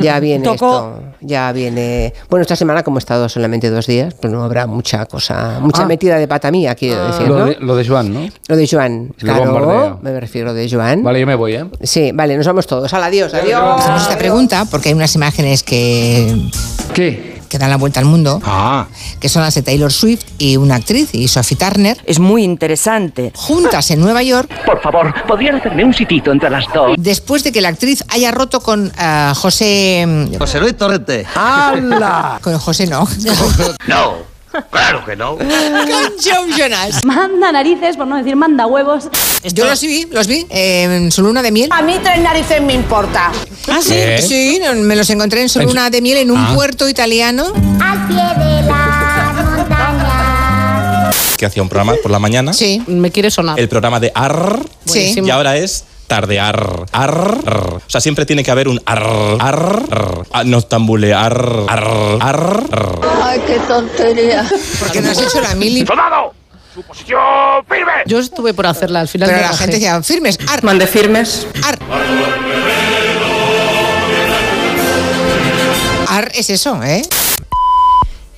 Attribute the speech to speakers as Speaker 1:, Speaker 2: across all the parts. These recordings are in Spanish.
Speaker 1: Ya viene
Speaker 2: Tocó-
Speaker 1: esto, ya viene. Bueno, esta semana como he estado solamente dos días, pues no habrá mucha cosa, mucha
Speaker 3: Ah.
Speaker 1: metida de pata mía, quiero decir,
Speaker 3: Lo
Speaker 1: ¿no?
Speaker 3: de, lo de Joan, ¿no?
Speaker 4: ¿Mm?
Speaker 1: Lo de Joan,
Speaker 3: El bombardeo.
Speaker 1: claro, me refiero a lo de Joan.
Speaker 3: Vale, yo me voy, ¿eh?
Speaker 1: Sí, vale, nos vamos todos. Al adiós, adiós.
Speaker 4: Esta pregunta, porque hay unas imágenes que,
Speaker 3: ¿Qué?
Speaker 4: que dan la vuelta al mundo,
Speaker 3: Ah.
Speaker 4: que son las de Taylor Swift y una actriz, y Sophie Turner,
Speaker 2: Es muy interesante.
Speaker 4: juntas en Nueva York
Speaker 5: Por favor, ¿podrían hacerme un sitito entre las dos?
Speaker 4: después de que la actriz haya roto con ah, José...
Speaker 6: José Luis Torrente.
Speaker 7: Ah,
Speaker 3: ¡Hala!
Speaker 4: Con José no.
Speaker 6: No, claro que no.
Speaker 4: con Joe Jonas.
Speaker 8: Manda narices, por no decir manda huevos.
Speaker 4: Yo los vi, los vi, eh, en su luna de miel.
Speaker 9: A mí tres narices me importa.
Speaker 4: Ah, sí,
Speaker 3: ¿Qué?
Speaker 4: sí, no, me los encontré en su Ah,
Speaker 3: En-
Speaker 4: luna de miel en un
Speaker 3: Ah.
Speaker 4: puerto italiano.
Speaker 10: Al pie de la montaña.
Speaker 11: que hacía un programa por la mañana.
Speaker 4: Sí,
Speaker 12: Me quiere sonar.
Speaker 11: El programa de AR.
Speaker 4: sí.
Speaker 11: Y ahora es tardear. Ar. O sea, siempre tiene que haber un ar. Ar. ar noctambulear. Ar. Ar.
Speaker 9: Ay, qué tontería.
Speaker 4: Porque no has hecho la mili.
Speaker 6: ¡Soldado! ¡Su posición firme!
Speaker 12: Yo estuve por hacerla al final
Speaker 4: Pero
Speaker 12: me
Speaker 4: la
Speaker 12: bajé.
Speaker 4: gente decía, firmes, ar,
Speaker 2: Mande firmes.
Speaker 4: ar. Ar es eso, ¿eh?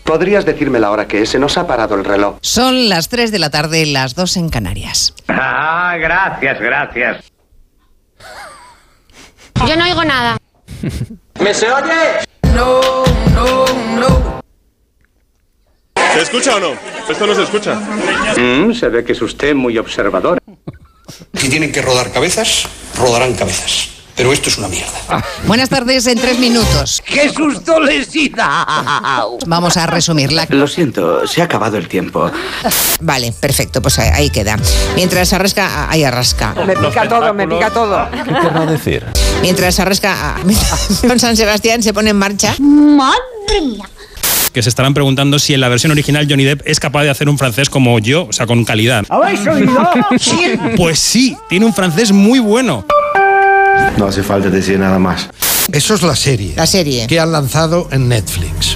Speaker 6: ¿Podrías decirme la hora que es? Se nos ha parado el reloj.
Speaker 3: Son las 3 de la tarde, las 2 en Canarias.
Speaker 6: Ah, gracias, gracias.
Speaker 10: Yo no oigo nada.
Speaker 6: ¿Me se oye?
Speaker 11: ¿Se escucha o no? Esto no se escucha.
Speaker 6: se ve que es usted muy observador.
Speaker 11: Si tienen que rodar cabezas, rodarán cabezas. Pero esto es una mierda.
Speaker 3: Buenas tardes, en 3 minutos.
Speaker 6: ¡Qué susto les he dado!
Speaker 3: Vamos a resumirla.
Speaker 6: Lo siento, se ha acabado el tiempo.
Speaker 4: Vale, perfecto, pues ahí, ahí queda. Mientras arrasca, ahí arrasca.
Speaker 2: Me pica todo, me pica todo.
Speaker 11: ¿Qué querrá decir?
Speaker 4: Mientras arrasca, con San Sebastián se pone en marcha.
Speaker 10: Madre mía.
Speaker 11: Que se estarán preguntando si en la versión original Johnny Depp es capaz de hacer un francés como yo, o sea, con calidad.
Speaker 2: ¿Habéis oído?
Speaker 11: Pues sí, tiene un francés muy bueno.
Speaker 6: No hace falta decir nada más.
Speaker 7: Eso es la serie
Speaker 4: La serie.
Speaker 7: que han lanzado en Netflix.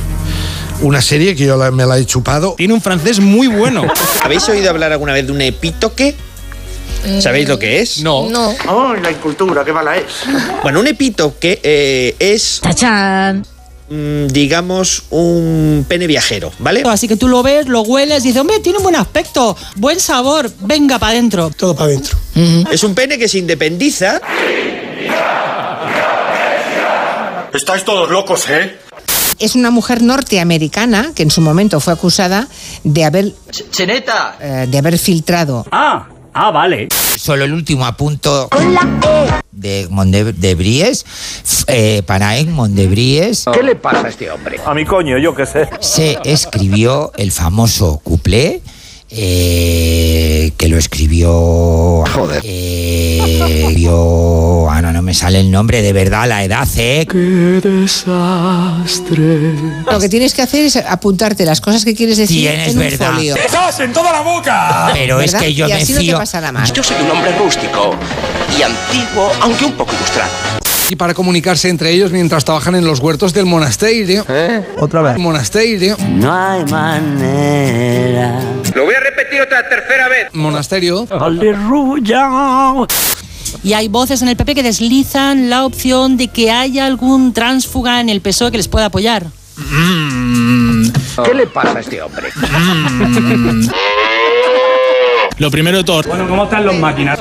Speaker 7: Una serie que yo la- me la he chupado.
Speaker 11: Tiene un francés muy bueno.
Speaker 5: ¿Habéis oído hablar alguna vez de un epítoque? ¿Sabéis lo que es?
Speaker 3: No.
Speaker 4: No.
Speaker 6: ¡Oh, la incultura, qué mala es!
Speaker 5: Bueno, un epítoque eh, es,
Speaker 12: ¡Tachán!
Speaker 5: mm, digamos, un pene viajero, ¿vale?
Speaker 12: Así que tú lo ves, lo hueles y dices, hombre, tiene un buen aspecto, buen sabor, venga para adentro.
Speaker 7: Todo para adentro.
Speaker 5: Es un pene que se independiza.
Speaker 11: Estáis todos locos, ¿eh?
Speaker 4: Es una mujer norteamericana que en su momento fue acusada de haber,
Speaker 6: ¡Cheneta!
Speaker 4: eh, de haber filtrado
Speaker 5: Ah, ah, vale.
Speaker 3: Solo el último apunto
Speaker 4: de Mondebries,
Speaker 3: eh,
Speaker 4: para en Mondebries,
Speaker 6: ¿Qué le pasa a este hombre?
Speaker 11: A mi coño, yo qué sé.
Speaker 3: se escribió el famoso cuplé eh, que lo escribió
Speaker 6: Joder.
Speaker 3: eh, yo ah no no me sale el nombre de verdad la edad eh
Speaker 4: Lo que tienes que hacer es apuntarte las cosas que quieres decir
Speaker 3: Tienes
Speaker 4: en un
Speaker 3: verdad.
Speaker 4: folio.
Speaker 11: en toda la boca!
Speaker 3: pero es
Speaker 4: ¿verdad?
Speaker 3: que yo
Speaker 4: y
Speaker 3: me
Speaker 4: así no te
Speaker 3: fío
Speaker 4: pasará más.
Speaker 6: Yo soy un hombre rústico y antiguo, aunque un poco ilustrado.
Speaker 3: y para comunicarse entre ellos mientras trabajan en los huertos del monasterio otra vez monasterio
Speaker 2: ¿Eh? No hay manera.
Speaker 6: Lo voy a repetir otra tercera vez.
Speaker 3: monasterio
Speaker 2: Aleluya.
Speaker 12: Y hay voces en el PP que deslizan la opción de que haya algún tránsfuga en el PSOE E que les pueda apoyar.
Speaker 6: ¿Qué le pasa a este hombre?
Speaker 11: Lo primero de todo. Bueno, ¿cómo están los máquinas?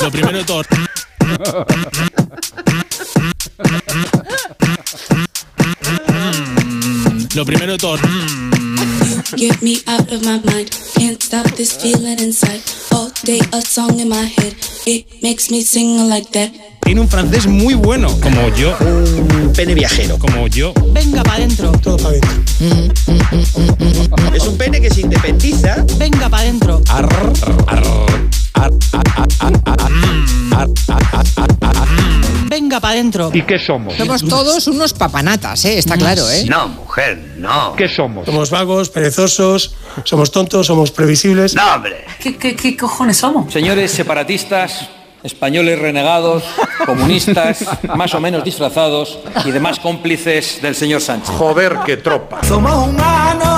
Speaker 11: Lo primero de todo. Lo primero de todo.
Speaker 10: Get me out of my mind. Can't stop this feeling inside. All day a song in my head. It makes me sing like that.
Speaker 11: Tiene un francés muy bueno. Como yo.
Speaker 5: Un pene viajero.
Speaker 11: Como yo.
Speaker 12: Venga para adentro,
Speaker 7: Todo para adentro.
Speaker 5: Es un pene que se independiza.
Speaker 12: venga para adentro. Venga para adentro.
Speaker 7: ¿Y qué somos?
Speaker 4: Somos todos unos papanatas, ¿eh? está claro, ¿eh?
Speaker 6: No, mujer, no.
Speaker 7: ¿Qué somos? Somos vagos, perezosos, somos tontos, somos previsibles.
Speaker 6: No, hombre.
Speaker 12: ¿Qué, qué, qué cojones somos?
Speaker 11: Señores separatistas, españoles renegados, comunistas, más o menos disfrazados y demás cómplices del señor Sánchez.
Speaker 7: Joder, qué tropa.
Speaker 6: Somos humanos.